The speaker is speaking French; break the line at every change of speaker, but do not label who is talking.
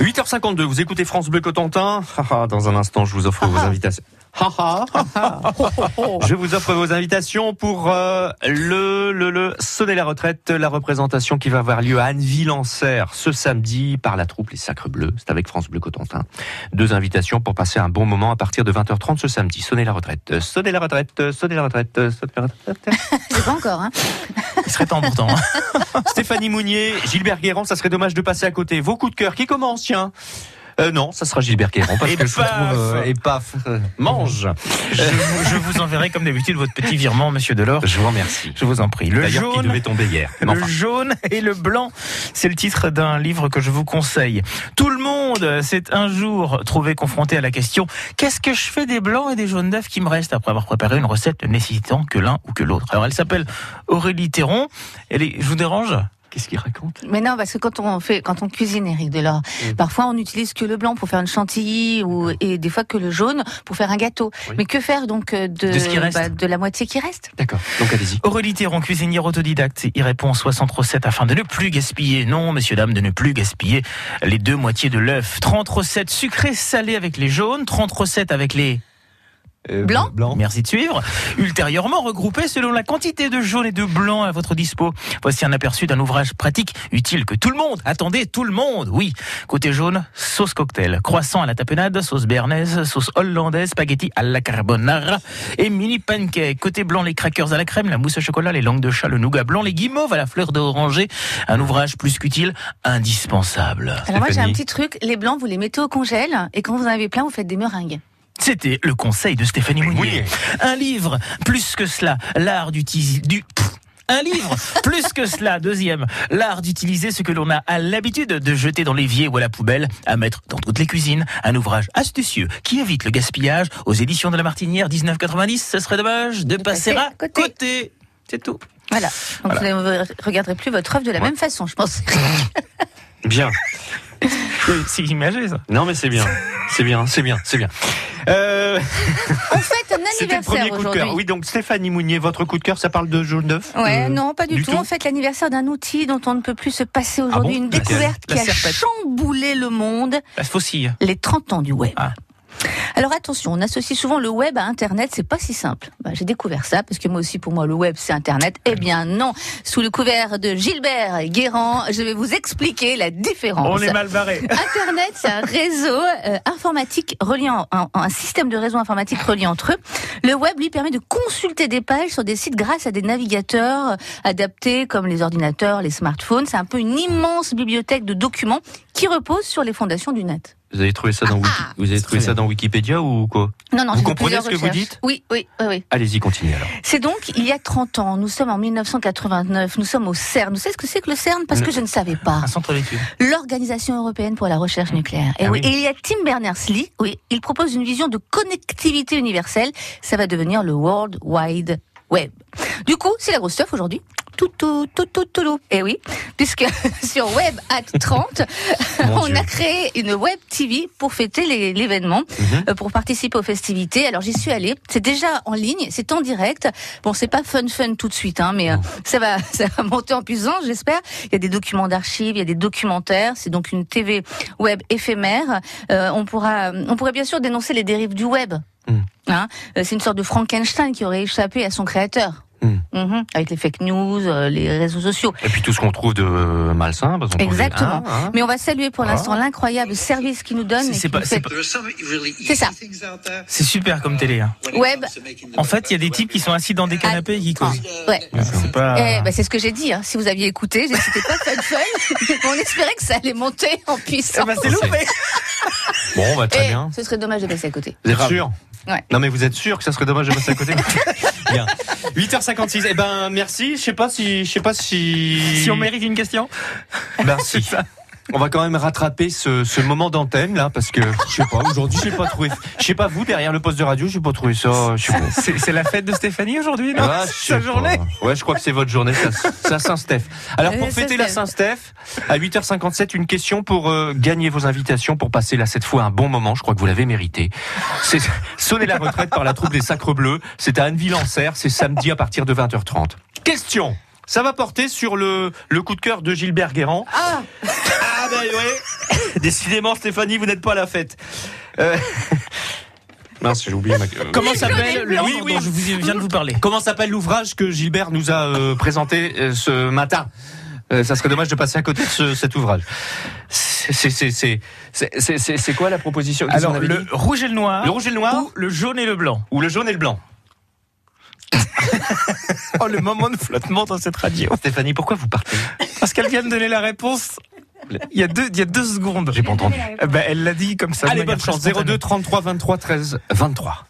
7h52, vous écoutez France Bleu Cotentin. Haha, Dans un instant, je vous offre vos invitations. Haha. je vous offre vos invitations pour euh, le, le, le Sonner la retraite, la représentation qui va avoir lieu à Anneville-en-Serre ce samedi par la troupe Les Sacres Bleus. C'est avec France Bleu Cotentin. Deux invitations pour passer un bon moment à partir de 20h30 ce samedi. Sonner la retraite, euh, sonner la retraite, euh, sonner la retraite, euh, sonner la retraite.
J'ai pas encore, hein.
Il serait temps pourtant.
hein.
Stéphanie Mounier, Gilbert Guérand, ça serait dommage de passer à côté. Vos coups de cœur qui commencent, tiens Euh, non, ça sera Gilbert Guérand parce
Et
que je
paf
trouve euh, et paf euh, mange.
Je, vous- je vous enverrai comme d'habitude votre petit virement, monsieur Delors.
Je vous remercie.
Je vous en prie. Le
D'ailleurs, qui
jaune,
devait tomber hier. Mais
le
enfin,
jaune et le blanc, c'est le titre d'un livre que je vous conseille. Tout le monde s'est un jour trouvé confronté à la question qu'est-ce que je fais des blancs et des jaunes d'œufs qui me restent après avoir préparé une recette ne nécessitant que l'un ou que l'autre. Alors elle s'appelle Aurélie Théron. Elle est, je vous dérange
qu'est-ce qu'il raconte
Mais non, parce que quand on fait, quand on cuisine, Eric Delors,
Mm.
parfois on n'utilise que le blanc pour faire une chantilly ou et des fois que le jaune pour faire un gâteau.
Oui.
Mais que faire donc euh, de
De ce qui reste.
de la moitié qui reste
D'accord. Donc allez-y.
Aurélie Théron, cuisinière autodidacte, y répond 60 recettes afin de ne plus gaspiller, non, messieurs, dames, de ne plus gaspiller les deux moitiés de l'œuf. 30 recettes sucrées salées avec les jaunes, 30 recettes avec les...
Euh,
Blanc
Merci de suivre. Ultérieurement regroupées selon la quantité de jaune et de blanc à votre dispo. Voici un aperçu d'un ouvrage pratique utile que tout le monde, attendez, tout le monde, oui. Côté jaune, sauce cocktail, croissant à la tapenade, sauce béarnaise, sauce hollandaise, spaghetti à la carbonara et mini pancake. Côté blanc, les crackers à la crème, la mousse au chocolat, les langues de chat, le nougat blanc, les guimauves à la fleur d'oranger. Un ouvrage plus qu'utile, indispensable.
Alors moi j'ai un
Stéphanie.
petit truc. Les blancs, vous les mettez au congèle et quand vous en avez plein, vous faites des meringues.
C'était le conseil de Stéphanie Mounier.
Mounier.
Un livre, plus que cela, l'art d'utiliser du pff, un livre, plus que cela, deuxième, l'art d'utiliser ce que l'on a à l'habitude de jeter dans l'évier ou à la poubelle, à mettre dans toutes les cuisines, un ouvrage astucieux qui évite le gaspillage aux éditions de la Martinière 1990, ce serait dommage de passer à côté. C'est tout.
Voilà. Donc vous ne regarderez plus votre œuvre de la même façon, je pense.
Bien.
Euh, C'est imagé ça.
Non mais c'est bien. C'est bien, c'est bien, c'est bien. Euh,
on fête un
c'était le premier
anniversaire
coup de cœur.
aujourd'hui.
Oui, donc Stéphanie Mounier, votre coup de cœur, ça parle de jaune d'œuf
Ouais,
Euh,
non, pas du,
du
tout.
tout. Ah
On fête l'anniversaire d'un outil dont on ne peut plus se passer aujourd'hui.
bon
Une
Laquelle
découverte
La
qui a
serpette.
chamboulé le monde.
La faucille.
les 30 ans du web.
Ah.
Alors attention, on associe souvent le web à Internet, c'est pas si simple. Bah, J'ai découvert ça parce que moi aussi, pour moi, le web c'est Internet. Eh bien non, sous le couvert de Gilbert Guérand, je vais vous expliquer la différence.
mal barré.
Internet, c'est un réseau euh, informatique reliant un, un système de réseau informatique relié entre eux. Le web lui permet de consulter des pages sur des sites grâce à des navigateurs euh, adaptés comme les ordinateurs, les smartphones. C'est un peu une immense bibliothèque de documents qui repose sur les fondations du net.
Vous avez trouvé ça dans, Wiki-
ah.
vous avez trouvé
Très
ça dans Wikipédia ou quoi
Non, non,
Vous
j'ai fait
comprenez
plusieurs
ce que vous
recherches.
dites
Oui, oui, oui, oui.
Allez-y, continuez alors.
C'est donc il y a 30 ans, nous sommes en 1989, nous sommes au CERN. Vous savez ce que c'est que le CERN Parce que je ne savais pas.
Un centre d'études.
L'Organisation européenne pour la recherche nucléaire. Et,
Ah
oui.
oui.
et il y a Tim Berners-Lee, oui, il propose une vision de connectivité universelle. Ça va devenir le World Wide Web. Du coup, c'est la grosse stuff aujourd'hui. Tout, tout, tout, tout, tout, tout. Eh oui, puisque sur Web Act 30,
Mon
on
Dieu.
a créé une Web TV pour fêter les- l'événement
Mhm.
euh, pour participer aux festivités. Alors j'y suis allée. C'est déjà en ligne, c'est en direct. Bon, c'est pas fun fun tout de suite, hein, mais euh, ça va, ça va monter en puissance, j'espère. Il y a des documents d'archives, il y a des documentaires. C'est donc une TV web éphémère. Euh, on pourra, on pourrait bien sûr dénoncer les dérives du web.
Hmm.
Mm.
Hein Euh, c'est une sorte de Frankenstein qui aurait échappé à son créateur.
Hmm.
Mm.
Mhm. Avec les fake news, euh, les réseaux sociaux.
Et puis tout ce qu'on trouve de euh, malsain. parce qu'on trouve des-
Exactement.
Ah, ah.
Mais on va saluer pour
Ah.
l'instant l'incroyable service qu'il nous donne.
C'est-
et
c'est
qui
pas-
nous
c'est
fait-
pas-
C'est ça. bah
C'est super comme télé. hein.
Web.
En fait, il y a des types qui sont assis dans des canapés et qui causent.
Ouais.
C'est pas.
Eh, ben, c'est ce que j'ai dit. Hein. Si vous aviez écouté, j'ai- c'était pas fun fun. on espérait que ça allait monter en puissance.
Eh ben, c'est loupé.
Bon, bah, très
Eh,
bien.
ce serait dommage de passer à côté.
Vous êtes
Grave.
sûr
Ouais.
Non mais vous êtes sûr que ça serait dommage de passer à côté Bien. 8h56. Eh ben merci. Je sais pas si je sais pas si
Si on mérite une question.
Merci. On va quand même rattraper ce, ce moment d'antenne là parce que je sais pas aujourd'hui j'ai pas trouvé je sais pas vous derrière le poste de radio j'ai pas trouvé ça je sais pas.
C'est c'est la fête de Stéphanie aujourd'hui, non
Ah, je
C'est
sais
Sa journée.
pas. Ouais, je crois que c'est votre journée, ça, ça Saint-Steph. Alors, pour
Euh,
fêter la Saint-Steph, à 8h57, une question pour euh, gagner vos invitations, pour passer là, cette fois, un bon moment. Je crois que vous l'avez mérité. C'est Sonner la retraite par la troupe des Sacres Bleus. C'est à Anneville-en-Serre. C'est samedi à partir de 20h30. Question. Ça va porter sur le, le coup de cœur de Gilbert Guérand.
Ah,
Ah ben oui. Décidément, Stéphanie, vous n'êtes pas à la fête. Euh... Mince, j'ai oublié ma. euh,
Comment s'appelle
Claude,
l'œuvre
oui, oui.
dont je vous- viens de vous parler
Comment s'appelle l'ouvrage que Gilbert nous a euh, présenté euh, ce matin Euh, ça serait dommage de passer à côté de ce- cet ouvrage. C'est- c'est- c'est- c'est- c'est- C'est c'est- c'est quoi la proposition Qu'est-ce qu'on
Alors,
avait
le
dit
rouge et le noir.
Le rouge et le noir
ou le jaune et le blanc.
ou le jaune et le blanc
Oh, le moment de flottement dans cette radio.
Stéphanie, pourquoi vous partez
Parce qu'elle vient de donner la réponse il y a deux, il y a deux secondes.
J'ai pas entendu.
Eh ben, elle l'a dit comme ça. de
Allez,
manière
bonne chance.
très spontanée.
02 33 23 13 23.